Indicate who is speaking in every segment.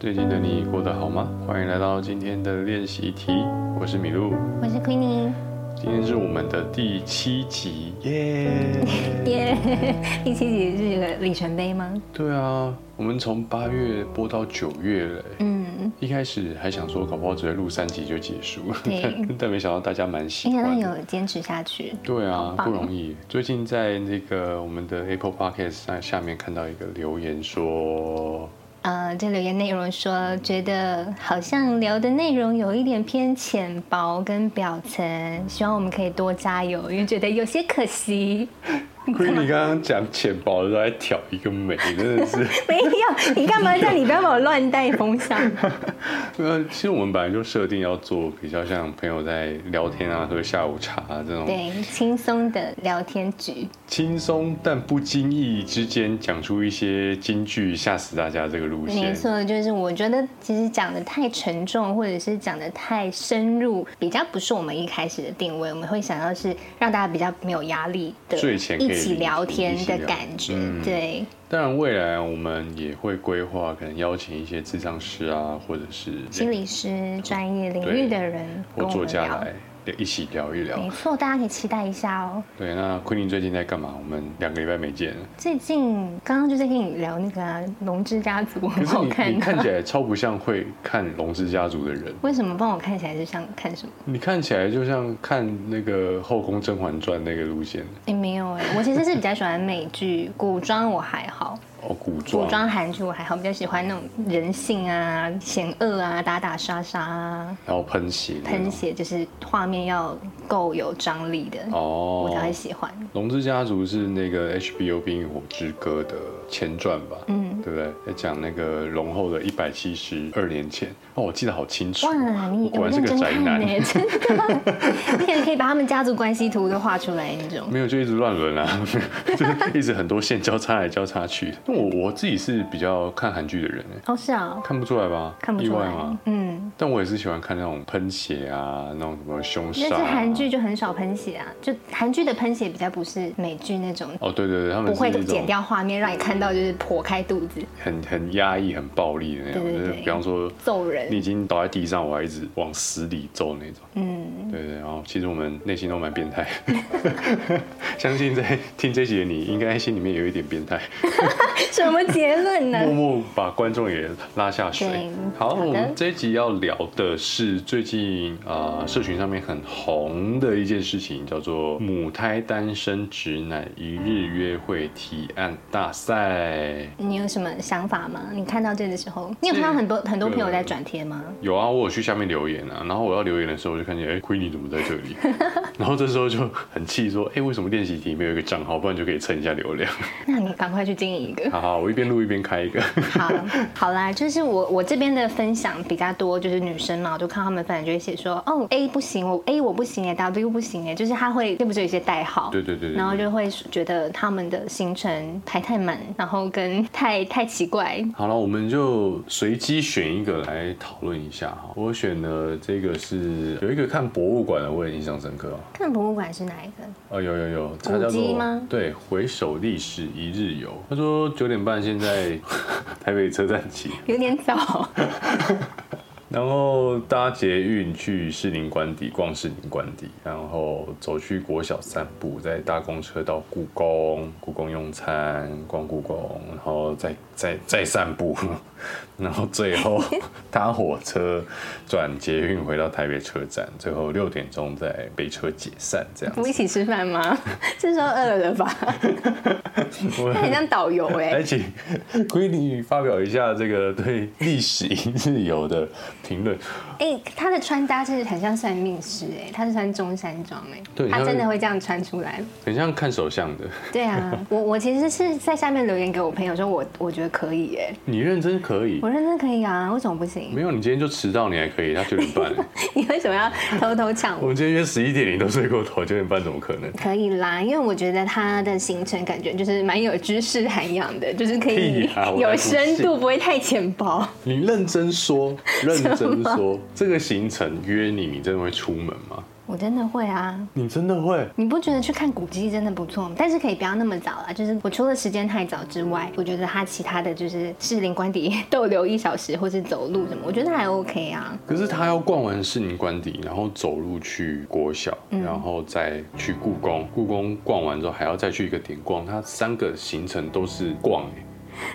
Speaker 1: 最近的你过得好吗？欢迎来到今天的练习题，我是米露，
Speaker 2: 我是 Queenie，
Speaker 1: 今天是我们的第七集，耶、
Speaker 2: 耶！ 第七集是一个里程碑吗？
Speaker 1: 对啊，我们从八月播到九月了欸、
Speaker 2: 嗯，
Speaker 1: 一开始还想说搞不好只会录三集就结束，
Speaker 2: 对
Speaker 1: 但但没想到大家蛮喜
Speaker 2: 而且他
Speaker 1: 欢的。
Speaker 2: 有坚持下去。
Speaker 1: 对啊，
Speaker 2: 棒
Speaker 1: 不容易。最近在那个我们的 Apple Podcast 上下面看到一个留言 说，
Speaker 2: 呃，这留言内容说，觉得好像聊的内容有一点偏浅薄跟表层，希望我们可以多加油，因为觉得有些可惜。
Speaker 1: 亏 你刚刚讲浅薄的时候还挑一个美，真的是。
Speaker 2: 没有，你干嘛这样？你不要把我乱带风 向。
Speaker 1: 那啊其实我们本来就设定要做比较像朋友在聊天啊、喝下午茶、这种
Speaker 2: 嗯对，轻松的聊天局。
Speaker 1: 轻松但不经意之间讲出一些金句吓死大家这个路
Speaker 2: 没
Speaker 1: 线。
Speaker 2: 错，就是我觉得其实讲的太沉重，或者是讲的太深入，比较不是我们一开始的定位。我们会想要是让大家比较没有压力的，
Speaker 1: 睡前可以
Speaker 2: 一起聊天
Speaker 1: 一起
Speaker 2: 的
Speaker 1: 聊
Speaker 2: 感觉。
Speaker 1: 嗯
Speaker 2: 对，
Speaker 1: 当然，未来我们也会规划，可能邀请一些智障师啊，或者是
Speaker 2: 心理师专业领域的人
Speaker 1: 或
Speaker 2: 跟我
Speaker 1: 作
Speaker 2: 们
Speaker 1: 家
Speaker 2: 聊。
Speaker 1: 来一起聊一聊
Speaker 2: 没。错，大家可以期待一下哦。
Speaker 1: 对，那昆凌最近在干嘛？我们两个礼拜没见了。
Speaker 2: 最近刚刚就在跟你聊那个啊《龙之家族》，
Speaker 1: 可
Speaker 2: 很
Speaker 1: 是
Speaker 2: 好
Speaker 1: 你
Speaker 2: 看啊
Speaker 1: 你
Speaker 2: 的、
Speaker 1: 看起来超不像会看《龙之家族》的人，
Speaker 2: 为什么帮我看起来就像看什么？
Speaker 1: 你看起来就像看那个《后宫甄嬛传》那个路线
Speaker 2: 哎、没有哎、我其实是比较喜欢美剧，古装我还好。
Speaker 1: 哦，古装。
Speaker 2: 古装韩剧我还好，比较喜欢那种人性啊、险恶啊、打打杀杀啊、
Speaker 1: 然后喷血那种，
Speaker 2: 喷血，就是画面要够有张力的，
Speaker 1: 哦
Speaker 2: 我。才会喜欢。
Speaker 1: 龙之家族是那个 HBO《冰与火之歌》的前传吧？
Speaker 2: 嗯，
Speaker 1: 对不对？在讲那个龙后的一百七十二年前哦，我记得好清楚。
Speaker 2: 哇，你
Speaker 1: 我果
Speaker 2: 有
Speaker 1: 然是
Speaker 2: 认
Speaker 1: 个
Speaker 2: 真
Speaker 1: 宅
Speaker 2: 看
Speaker 1: 男
Speaker 2: 呢、， 真的，而且你可以把他们家族关系图都画出来那种。
Speaker 1: 没有就一直乱伦啊， 就是一直很多线交叉来交叉去。那我我自己是比较看韩剧的人，哎
Speaker 2: 哦，是啊，
Speaker 1: 看不出来吧？
Speaker 2: 看不
Speaker 1: 意
Speaker 2: 出
Speaker 1: 外
Speaker 2: 来
Speaker 1: 吗？。
Speaker 2: 嗯，
Speaker 1: 但我也是喜欢看那种喷血啊，那种什么凶杀、啊。
Speaker 2: 但是韩剧就很少喷血啊，就韩剧的喷血比较不是美剧那种，
Speaker 1: 哦，对对对，他们
Speaker 2: 不会
Speaker 1: 是那种
Speaker 2: 剪掉画面让你看到就是剖开肚子
Speaker 1: 很很压抑、很暴力的那种，
Speaker 2: 对对
Speaker 1: 就是
Speaker 2: 对
Speaker 1: 比方说
Speaker 2: 揍
Speaker 1: 你已
Speaker 2: 人。
Speaker 1: 经倒在地上，我还一直往死里揍那种。
Speaker 2: 嗯。
Speaker 1: 对对，然后其实我们内心都蛮变态， 相信在听这集的你，应该心里面有一点变 态，
Speaker 2: 什么结 论呢？
Speaker 1: 默默把观众也拉下水
Speaker 2: 对。
Speaker 1: 好，
Speaker 2: 好的
Speaker 1: 我们这一集要聊的是最近啊、呃社群上面很红的一件事情，叫做母胎单身直男一日约会提案大赛。
Speaker 2: 你有什么想法吗？你看到这的时候，你有看到很多很多朋友在转贴吗？
Speaker 1: 有啊，我有去下面留言啊，然后我要留言的时候，我就看见，哎、亏你怎么在这 里？然后这时候就很气，说，哎、为什么练习题没有一个账号，不然就可以蹭一下流量？
Speaker 2: 那你赶快去经营一个。
Speaker 1: 好好，我一边录一边开一个。
Speaker 2: 好，好啦，就是我我这边的分享比较多，就是女生嘛，我就看她们分享就会写说，哦，A 不行，我 A 我不行哎，W 不行哎，就是她会，这不是有一些代号？
Speaker 1: 对对对对
Speaker 2: 然后就会觉得他们的行程排太满，然后跟太太奇怪。
Speaker 1: 好了，我们就随机选一个来讨论一下哈。我选的这个是有一个看博物馆的，我也印象深刻哦。
Speaker 2: 看博物馆是哪一个？
Speaker 1: 哦，有有有，它叫
Speaker 2: 古迹
Speaker 1: 做
Speaker 2: 吗
Speaker 1: 对，回首历史一日游。他说九点半现在 台北车站起，
Speaker 2: 有点早。
Speaker 1: 然后搭捷运去士林官邸逛士林官邸，然后走去国小散步，再搭公车到故宫，故宫用餐，逛故宫，然后再再再散步， 然后最后搭火车转捷运回到台北车站，最后六点钟再北车解散，这样
Speaker 2: 我们一起吃饭吗？这时候饿了吧？
Speaker 1: 我
Speaker 2: 他很像导游哎、
Speaker 1: 来，请归你发表一下这个对历史一日游的评论。
Speaker 2: 哎、他的穿搭真的很像算命师哎、他是穿中山装哎、
Speaker 1: 对
Speaker 2: 他
Speaker 1: 他
Speaker 2: 真的会这样穿出来。
Speaker 1: 很像看手相的，
Speaker 2: 对 啊，我我其实是在下面留言给我朋友说我，我觉得可以哎、
Speaker 1: 你认真可以
Speaker 2: 我，认真可以啊，为什么不 行？
Speaker 1: 没有，你今天就迟到，你还可以。他九点 半，
Speaker 2: 你为什么要偷偷抢
Speaker 1: 我
Speaker 2: 我？
Speaker 1: 们今天约十一点，你都睡过头，九点半怎么可 能？
Speaker 2: 可以啦，因为我觉得他的行程感觉就是蛮有知识涵养的，就是可
Speaker 1: 屁
Speaker 2: 以
Speaker 1: 啊我才
Speaker 2: 有
Speaker 1: 不信
Speaker 2: 深度，不会太浅薄。
Speaker 1: 你认真说，认真说，这个行程约你，你真的会出门吗？
Speaker 2: 我真的会啊。
Speaker 1: 你真的会？
Speaker 2: 你不觉得去看古迹真的不错吗？但是可以不要那么早啦。就是我除了时间太早之外，我觉得它其他的就是士林官邸逗留一小时，或是走路什么，我觉得还 OK 啊。
Speaker 1: 可是他要逛完市民官邸，然后走路去国小，然后再去故宫。故宫逛完之后，还要再去一个点逛，它三个行程都是逛、欸，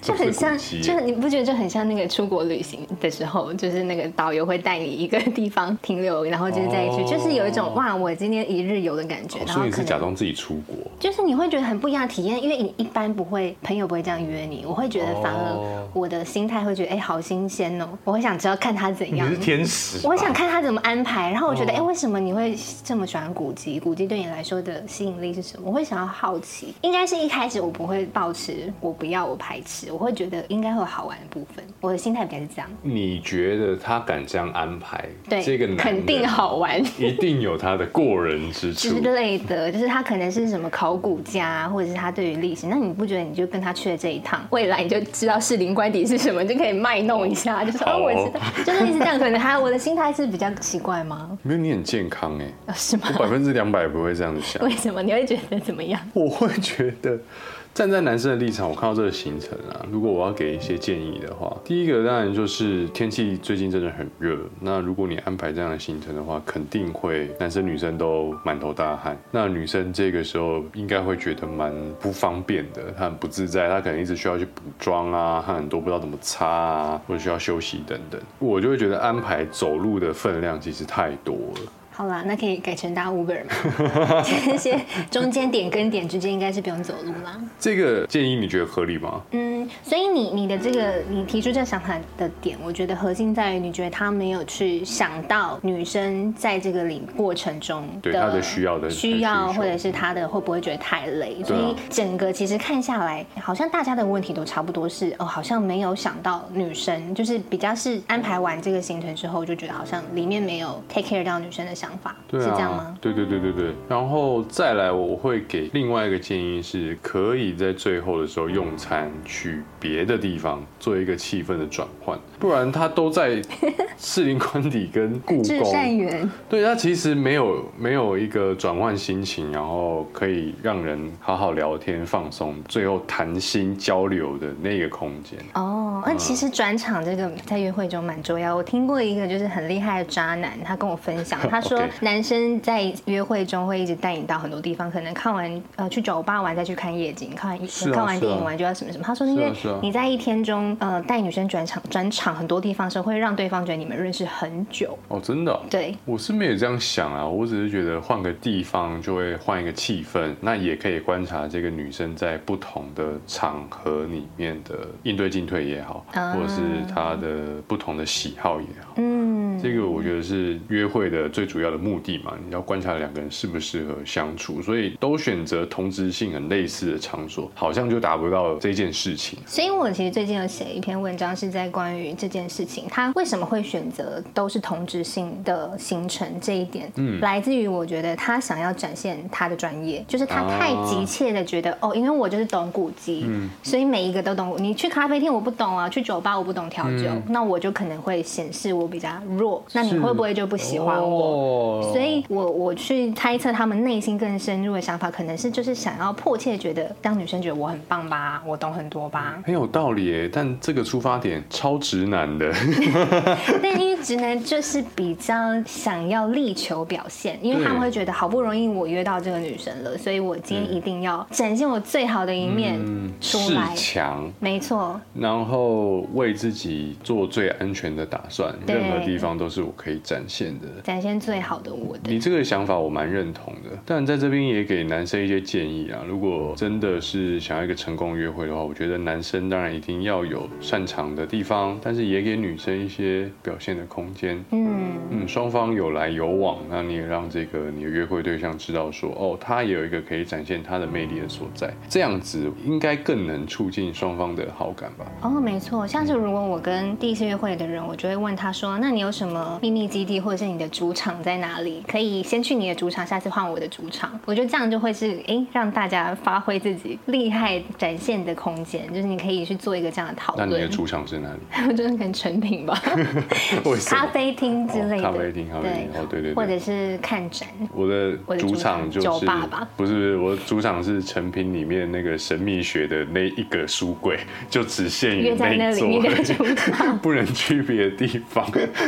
Speaker 2: 就很像，
Speaker 1: 都是古迹欸
Speaker 2: 就你不觉得就很像那个出国旅行的时候，就是那个导游会带你一个地方停留，然后就是再去，
Speaker 1: 哦
Speaker 2: 就是有一种哇，我今天一日游的感觉。
Speaker 1: 哦
Speaker 2: 然
Speaker 1: 所
Speaker 2: 后
Speaker 1: 以你
Speaker 2: 可
Speaker 1: 是
Speaker 2: 能
Speaker 1: 假装自己出国。
Speaker 2: 就是你会觉得很不一样的体验，因为你一般不会，朋友不会这样约你，我会觉得反而
Speaker 1: 哦
Speaker 2: 我的心态会觉得，哎、好新鲜哦，我会想知道看他怎
Speaker 1: 你
Speaker 2: 样
Speaker 1: 是。天使吧，
Speaker 2: 我想看他怎么安排，然后我觉得，
Speaker 1: 哦
Speaker 2: 哎、为什么你会这么喜欢古籍？古迹对你来说的吸引力是什么？我会想要好奇，应该是一开始我不会抱持我不要我排斥，我会觉得应该会有好玩的部分，我的心态比较是这样，
Speaker 1: 你觉得他敢这样安排，
Speaker 2: 对，
Speaker 1: 这个男人
Speaker 2: 肯定好玩。
Speaker 1: 一定有他的过人之
Speaker 2: 之
Speaker 1: 处。
Speaker 2: 类的，就是他可能是什么考古家，或者是他对于历史，那你不觉得你就跟他去了这一趟，未来你就知道士林官邸是什么，你就可以卖弄一下，就说
Speaker 1: 好
Speaker 2: 哦，
Speaker 1: 哦
Speaker 2: 我知道，就是一直这样。可能他我的心态是比较奇怪吗？
Speaker 1: 没有，你很健康哎，
Speaker 2: 呃是吗
Speaker 1: 我？百分之两百不会这样子想。
Speaker 2: 为什么你会觉得怎么样？
Speaker 1: 我会觉得，站在男生的立场，我看到这个行程啊，如果我要给一些建议的话，第一个当然就是天气最近真的很热，那如果你安排这样的行程的话，肯定会男生女生都满头大汗。那女生这个时候应该会觉得蛮不方便的，她很不自在，她可能一直需要去补妆啊，她很多不知道怎么擦啊，或者需要休息等等。我就会觉得安排走路的分量其实太多了。
Speaker 2: 好啦，那可以改成搭 Uber 吗？ 这些中间点跟点之间应该是不用走路啦。
Speaker 1: 这个建议你觉得合理吗？
Speaker 2: 嗯，所以你你的这个你提出这个想法的点，我觉得核心在于你觉得他没有去想到女生在这个里过程中
Speaker 1: 对她的需要的
Speaker 2: 需
Speaker 1: 需
Speaker 2: 要，
Speaker 1: 求
Speaker 2: 或者是她的会不会觉得太累，
Speaker 1: 对
Speaker 2: 所
Speaker 1: 啊
Speaker 2: 以整个其实看下来，好像大家的问题都差不多是哦，好像没有想到女生，就是比较是安排完这个行程之后，就觉得好像里面没有 take care 到女生的想法，
Speaker 1: 对啊、
Speaker 2: 是这样吗？？
Speaker 1: 对对对对对。然后再来，我会给另外一个建议是，可以在最后的时候用餐去别的地方做一个气氛的转换，不然他都在士林官邸跟故
Speaker 2: 至善
Speaker 1: 宫，
Speaker 2: 缘，
Speaker 1: 对他其实没有没有一个转换心情，然后可以让人好好聊天放松，最后谈心交流的那个空间。
Speaker 2: 哦，
Speaker 1: 嗯
Speaker 2: 那其实转场这个在约会中蛮重要。我听过一个就是很厉害的渣男，他跟我分享，他 说
Speaker 1: OK
Speaker 2: 男生在约会中会一直带你到很多地方，可能看完呃去酒吧玩再去看夜景，看完、
Speaker 1: 是啊
Speaker 2: 看完电
Speaker 1: 是
Speaker 2: 影
Speaker 1: 啊
Speaker 2: 完就要什么什么。他说因为
Speaker 1: 是啊
Speaker 2: 你在一天中呃带女生转场转场很多地方的时候，会让对方觉得你们认识很久。
Speaker 1: 哦，真的哦、
Speaker 2: 对，
Speaker 1: 我是没有这样想啊，我只是觉得换个地方就会换一个气氛，那也可以观察这个女生在不同的场合里面的应对进退也好，
Speaker 2: 啊
Speaker 1: 或者是她的不同的喜好也好。
Speaker 2: 嗯，
Speaker 1: 这个我觉得是约会的最主要的目的嘛，你要观察两个人适不适合相处，所以都选择同质性很类似的场所，好像就达不到这件事情。
Speaker 2: 所以我其实最近有写一篇文章，是在关于这件事情，他为什么会选择都是同质性的行程这一点，嗯，来自于我觉得他想要展现他的专业，就是他太急切的觉得、
Speaker 1: 嗯
Speaker 2: 哦，因为我就是懂古籍，所以每一个都懂。你去咖啡厅我不懂啊，去酒吧我不懂调酒，那我就可能会显示我比较弱，那你
Speaker 1: 嗯是
Speaker 2: 会不会就不喜欢我？
Speaker 1: 哦
Speaker 2: 所以我我去猜测他们内心更深入的想法，可能是就是想要迫切地觉得让女生觉得我很棒吧，我懂很多吧。
Speaker 1: 很有道理耶，但这个出发点超直男的。
Speaker 2: 但因为直男就是比较想要力求表现，因为他们会觉得好不容易我约到这个女生了，所以我今天一定要展现我最好的一面出
Speaker 1: 恃
Speaker 2: 来。
Speaker 1: 强，
Speaker 2: 没错，
Speaker 1: 然后为自己做最安全的打算，
Speaker 2: 对
Speaker 1: 任何地方都是我可以展现的。
Speaker 2: 展现最好的我的。
Speaker 1: 你这个想法我蛮认同的，但在这边也给男生一些建议啊。如果真的是想要一个成功约会的话，我觉得男生当然一定要有擅长的地方，但是也给女生一些表现的空间。
Speaker 2: 嗯，
Speaker 1: 嗯，双方有来有往，那你也让这个你的约会对象知道说，哦，他也有一个可以展现他的魅力的所在，这样子应该更能促进双方的好感吧。
Speaker 2: 哦，没错。像是如果我跟第一次约会的人，我就会问他说：“那你有什么秘密基地，或者是你的主场在哪里？可以先去你的主场，下次换我的主场。”我觉得这样就会是诶，让大家发挥自己厉害展现的空 间，就是你可以去做一个这样的讨
Speaker 1: 那
Speaker 2: 论。
Speaker 1: 你的主场是哪里？
Speaker 2: 我真的很成品吧，
Speaker 1: 我为什么
Speaker 2: 咖啡厅之类的，
Speaker 1: 咖啡厅咖啡厅哦对对对
Speaker 2: 或者是看展。
Speaker 1: 我
Speaker 2: 我
Speaker 1: 的
Speaker 2: 的
Speaker 1: 主
Speaker 2: 主
Speaker 1: 场
Speaker 2: 场
Speaker 1: 就是
Speaker 2: 酒吧吧
Speaker 1: 不是不是，我的主场是成品里面那个神秘学的那一个书柜， 就只限于
Speaker 2: 约在那
Speaker 1: 一
Speaker 2: 里
Speaker 1: 座
Speaker 2: 面
Speaker 1: 而
Speaker 2: 的
Speaker 1: 已，
Speaker 2: 主 场，
Speaker 1: 不能去别的地方。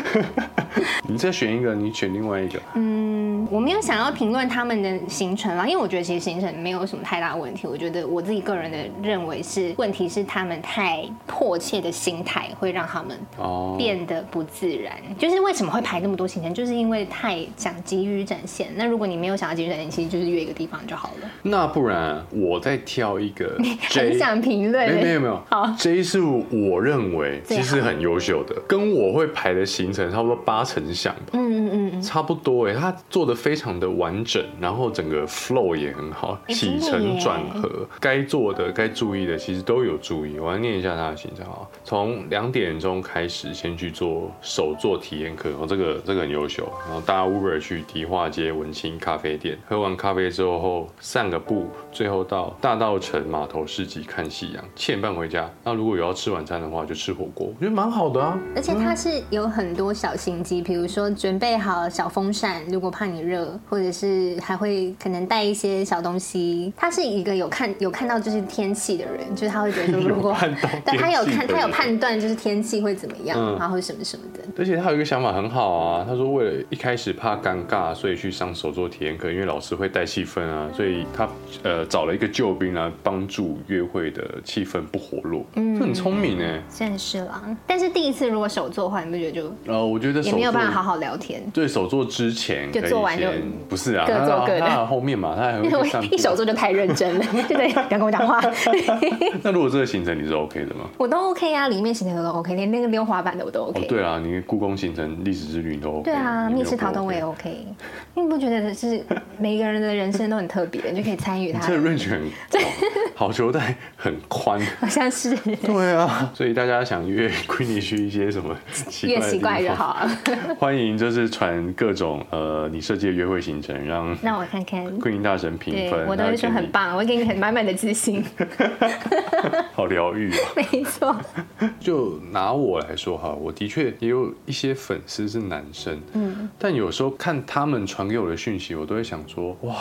Speaker 1: 你再选一个，你选另外一个。
Speaker 2: 嗯我没有想要评论他们的行程啦，因为我觉得其实行程没有什么太大问题。我觉得我自己个人的认为是，问题是他们太迫切的心态会让他们
Speaker 1: 哦，
Speaker 2: 变得不自然。就是为什么会排那么多行程，就是因为太想急于展现。那如果你没有想要急于展现，其实就是约一个地方就好了。
Speaker 1: 那不然我再挑一 个 J，
Speaker 2: 很想评论，
Speaker 1: 没没有没有
Speaker 2: 好
Speaker 1: ，J 是我认为
Speaker 2: 最
Speaker 1: 其
Speaker 2: 好
Speaker 1: 实很优秀的，跟我会排的行程差不多八成像吧。
Speaker 2: 嗯嗯嗯嗯，
Speaker 1: 差不多哎，它做的非常的完整，然后整个 flow 也很好，
Speaker 2: 诶
Speaker 1: 起承转合，该做的、该注意的其实都有注意。我来念一下它的行程啊，从两点钟开始，先去做手作体验课，哦，这个这个很优秀。然后搭 Uber 去迪化街文青咖啡店，喝完咖啡之后散个步，最后到大道城码头市集看夕阳，七点半回家。那如果有要吃晚餐的话，就吃火锅，我觉得蛮好的啊。
Speaker 2: 而且它是有很多小心机，比如说准备好小风扇，如果怕你热，或者是还会可能带一些小东西。他是一个有看有看到就是天气的人，就是他会觉 得说如
Speaker 1: 有
Speaker 2: 果
Speaker 1: 看到
Speaker 2: 对他有
Speaker 1: 天气
Speaker 2: 看
Speaker 1: 的
Speaker 2: 他有
Speaker 1: 人
Speaker 2: 判断就是天气会怎么样，
Speaker 1: 嗯
Speaker 2: 然后什么什么的。
Speaker 1: 而且他有一个想法很好啊，他说为了一开始怕尴尬，所以去上手作体验课，因为老师会带气氛
Speaker 2: 嗯
Speaker 1: 啊，所以他呃找了一个救兵来帮助约会的气氛不活络，嗯，很聪明哎。
Speaker 2: 算是啦，但是第一次如果手做的话，你不觉得就
Speaker 1: 呃，我觉得手
Speaker 2: 也
Speaker 1: 作
Speaker 2: 没有办法好好聊天？
Speaker 1: 对手作之前
Speaker 2: 就
Speaker 1: 可以
Speaker 2: 做完就
Speaker 1: 先不是啊，
Speaker 2: 各
Speaker 1: 他
Speaker 2: 做
Speaker 1: 他
Speaker 2: 各的
Speaker 1: 他后面嘛，他还会
Speaker 2: 因为我
Speaker 1: 去散步
Speaker 2: 一手做就太认 真了，对不对？不要跟我讲话，
Speaker 1: 那如果这个行程你是 OK 的吗？
Speaker 2: 我都 OK 啊，里面行程都 OK，连那个溜滑板的我都 OK。
Speaker 1: 哦，对啊，你故宫行程、历史之旅你都 OK，
Speaker 2: 对啊，
Speaker 1: 你没
Speaker 2: 密
Speaker 1: 有
Speaker 2: 室
Speaker 1: 不
Speaker 2: 逃脱我
Speaker 1: OK
Speaker 2: 也 OK，你不觉得是每个人的人生都很特别，你就可以参与它
Speaker 1: 这？个 range 很 广好球带很宽。
Speaker 2: 好像是
Speaker 1: 对啊，所以大家想约 Queenie 去一些什么奇怪
Speaker 2: 越
Speaker 1: 的
Speaker 2: 奇
Speaker 1: 地
Speaker 2: 怪越
Speaker 1: 方，
Speaker 2: 好。
Speaker 1: 欢迎就是传各种呃你设计的约会行程，让
Speaker 2: 让我看看，
Speaker 1: Queenie 大神评
Speaker 2: 对
Speaker 1: 分，
Speaker 2: 我
Speaker 1: 他
Speaker 2: 都会
Speaker 1: 给
Speaker 2: 说
Speaker 1: 你
Speaker 2: 很棒，我会给你很满满的自 信。
Speaker 1: 好疗愈啊。
Speaker 2: 没错，
Speaker 1: 就拿我来说哈，我的确也有一些粉丝是男生，嗯，但有时候看他们传给我的讯息，我都会想说，哇，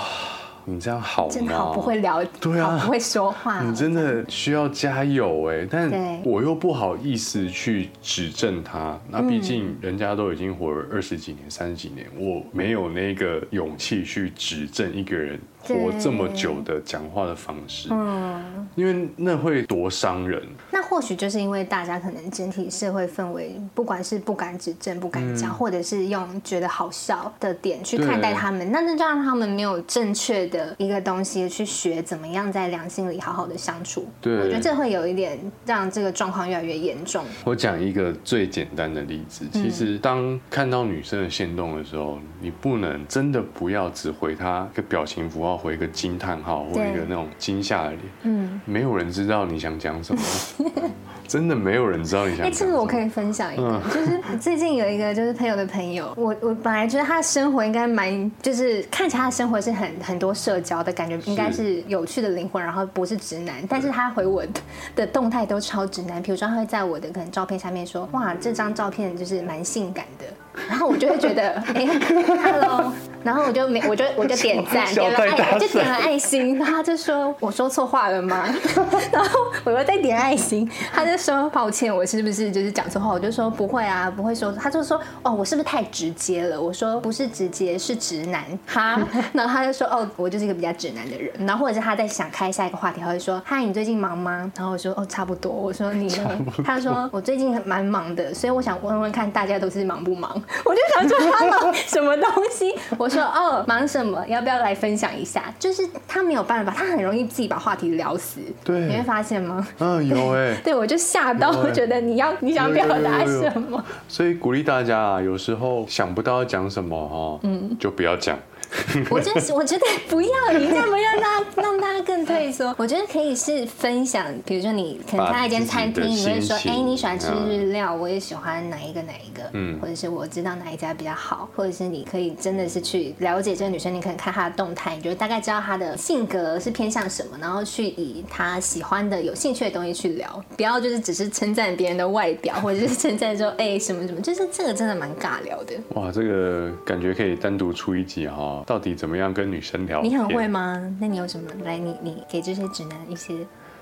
Speaker 1: 你这样好吗？
Speaker 2: 真的好不会聊，
Speaker 1: 对啊
Speaker 2: 好不会说话
Speaker 1: 你。真的需要加油哎，但
Speaker 2: 对嗯
Speaker 1: 我又不好意思去指正他。那毕竟人家都已经活了二十几年、三十几年，我没有那个勇气去指正一个人活
Speaker 2: 对
Speaker 1: 这么久的讲话的方式，
Speaker 2: 嗯，
Speaker 1: 因为那会多伤人。
Speaker 2: 那或许就是因为大家可能整体社会氛围，不管是不敢指正、不敢
Speaker 1: 嗯
Speaker 2: 讲，或者是用觉得好笑的点去看待
Speaker 1: 对
Speaker 2: 他们，那那就让他们没有正确的一个东西去学怎么样在良心里好好的相处。我觉
Speaker 1: 对
Speaker 2: 得，这会有一点让这个状况越来越严重。
Speaker 1: 我讲一个最简单的例子，
Speaker 2: 嗯
Speaker 1: 其实当看到女生的线动的时候，你不能真的不要只回她一个表情符号，回一个惊叹号或
Speaker 2: 对
Speaker 1: 一个那种惊吓的脸。
Speaker 2: 嗯，
Speaker 1: 没有人知道你想讲 什么，真的没有人知道你
Speaker 2: 哎、
Speaker 1: 想讲嗯
Speaker 2: 这
Speaker 1: 什
Speaker 2: 个
Speaker 1: 么。
Speaker 2: 我可以分享一个，就是最近有一个就是朋友的朋友，我我本来觉得他的生活应该蛮，就是看起来他的生活是很很多社交的感觉，应该是有趣的灵魂，然后不是直男，但是他回我的的动态都超直男，比如说他会在我的可能照片下面说，哇，这张照片就是蛮性感的。然后我就会觉得， 哎、h e l l o 然后我就没，我就我就点赞，
Speaker 1: 笑
Speaker 2: 点了
Speaker 1: 太大
Speaker 2: 爱，
Speaker 1: 声
Speaker 2: 我就点了爱心，然后他就说我说错话了吗？ 然后我又再点爱心，他就说抱歉，我是不是就是讲错话？我就说不会啊，不会说。他就说哦，我是不是太直接了？我说不是直接，是直男哈。然后他就说哦，我就是一个比较直男的人。然后或者是他在想开下一个话题，他会说嗨，你最近忙吗？然后我说哦，差不多。我说你 呢？他说我最近蛮忙的，所以我想问问看大家都是忙不忙？ 我就想说他忙什么东西？ 我说哦，忙什么？要不要来分享一下？就是他没有办法，他很容易自己把话题聊死。
Speaker 1: 对
Speaker 2: 你会发现吗？
Speaker 1: 嗯，有哎、
Speaker 2: 对，我就吓到，
Speaker 1: 有欸
Speaker 2: 我觉得你要你想表达
Speaker 1: 有有有有有
Speaker 2: 什么？
Speaker 1: 所以鼓励大家啊，有时候想不到要讲什么哦，嗯，就不要讲。
Speaker 2: 我真是我觉得不要，你这样不要让大家让大家更退以说，我觉得可以是分享，比如说你可能在一间餐厅，
Speaker 1: 把自己
Speaker 2: 你
Speaker 1: 的
Speaker 2: 会说，
Speaker 1: 心情
Speaker 2: 哎，你喜欢吃
Speaker 1: 嗯
Speaker 2: 日料，我也喜欢哪一个哪一个，
Speaker 1: 嗯
Speaker 2: 或者是我知道哪一家比较好，或者是你可以真的是去了解这个女生，你可能看她的动态，你就大概知道她的性格是偏向什么，然后去以她喜欢的、有兴趣的东西去聊，不要就是只是称赞别人的外表，或者是称赞说，哎，什么什么，就是这个真的蛮尬聊的。
Speaker 1: 哇，这个感觉可以单独出一集哈、到底怎么样跟女生聊？
Speaker 2: 你很会？吗？那你有什么？来，你你给这些直男一些，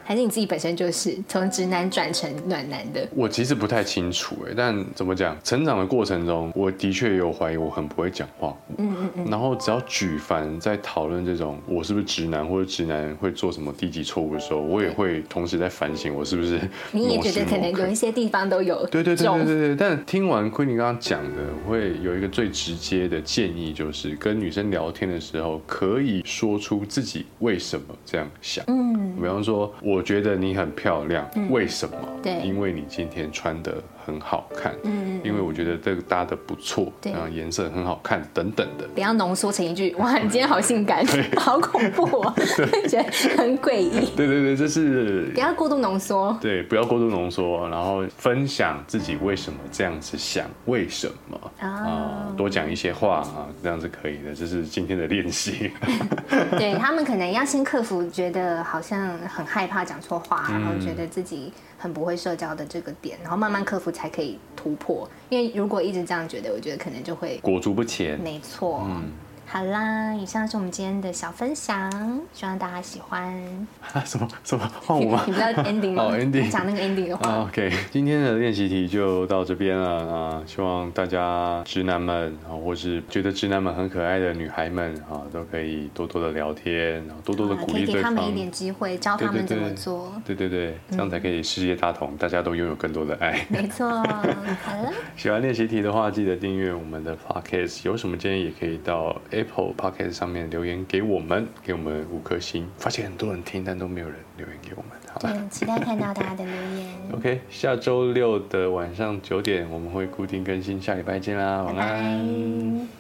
Speaker 2: 还是你自己本身就是从直男转成暖男的？
Speaker 1: 我其实不太清楚哎，但怎么讲，成长的过程中，我的确有怀疑我很不会讲话。嗯嗯嗯。然后只要举凡在讨论这种我是不是直男或者直男会做什么低级错误的时候，我也会同时在反省我是不是
Speaker 2: 你也
Speaker 1: 某
Speaker 2: 觉
Speaker 1: 时
Speaker 2: 得可
Speaker 1: 某
Speaker 2: 能
Speaker 1: 刻
Speaker 2: 有一些地方都有
Speaker 1: 对对对对
Speaker 2: 重
Speaker 1: 对对，但听完昆凌刚刚讲的，我会有一个最直接的建议，就是跟女生聊天的时候，可以说出自己为什么这样想。嗯，比方说，我觉得你很漂亮，为什么？
Speaker 2: 对
Speaker 1: 因为你今天穿的很好看。嗯，因为我觉得这个搭的不错，
Speaker 2: 对
Speaker 1: 然后颜色很好看，等等的。
Speaker 2: 不要浓缩成一句“哇，你今天好性感， 好恐怖哦”， 觉得很诡异。
Speaker 1: 对对对，这是
Speaker 2: 不要过度浓缩，
Speaker 1: 对，不要过度浓缩，然后分享自己为什么这样子想，为什么
Speaker 2: 啊
Speaker 1: 啊、多讲一些话啊，这样是可以的，这是今天的练习。
Speaker 2: 对他们可能要先克服觉得好像很害怕讲错话，然后觉
Speaker 1: 嗯
Speaker 2: 得自己很不会社交的这个点，然后慢慢克服才可以突破。因为如果一直这样觉得，我觉得可能就会
Speaker 1: 裹足不前，
Speaker 2: 没错。
Speaker 1: 嗯
Speaker 2: 好啦，以上是我们今天的小分享，希望大家喜欢。
Speaker 1: 啊、什么什么换
Speaker 2: 你
Speaker 1: 我吗
Speaker 2: 你？知道 ending 吗？
Speaker 1: 哦，ending
Speaker 2: 讲那个 ending 的话，
Speaker 1: 啊，OK，今天的练习题就到这边了啊，希望大家直男们啊，或是觉得直男们很可爱的女孩们啊，都可以多多的聊天，然后多多的
Speaker 2: 啊
Speaker 1: 鼓
Speaker 2: 可以
Speaker 1: 励
Speaker 2: 给
Speaker 1: 对
Speaker 2: 他
Speaker 1: 方。
Speaker 2: 们一点机会，教
Speaker 1: 对
Speaker 2: 他
Speaker 1: 对
Speaker 2: 们怎么
Speaker 1: 对
Speaker 2: 做。
Speaker 1: 对对对，这样才可以世界大同，大家都拥有更多的爱。
Speaker 2: 没错，好 了，
Speaker 1: 喜欢练习题的话，记得订阅我们的 podcast。有什么建议，也可以到 Apple podcast 上面留言给我们，给我们五颗星。发现很多人听，但都没有人留言给我们。好吧
Speaker 2: 对，期待看到大家的留言，
Speaker 1: ，OK，下周六的晚上九点我们会固定更新，下礼拜见啦，晚
Speaker 2: 拜
Speaker 1: 安。
Speaker 2: 拜。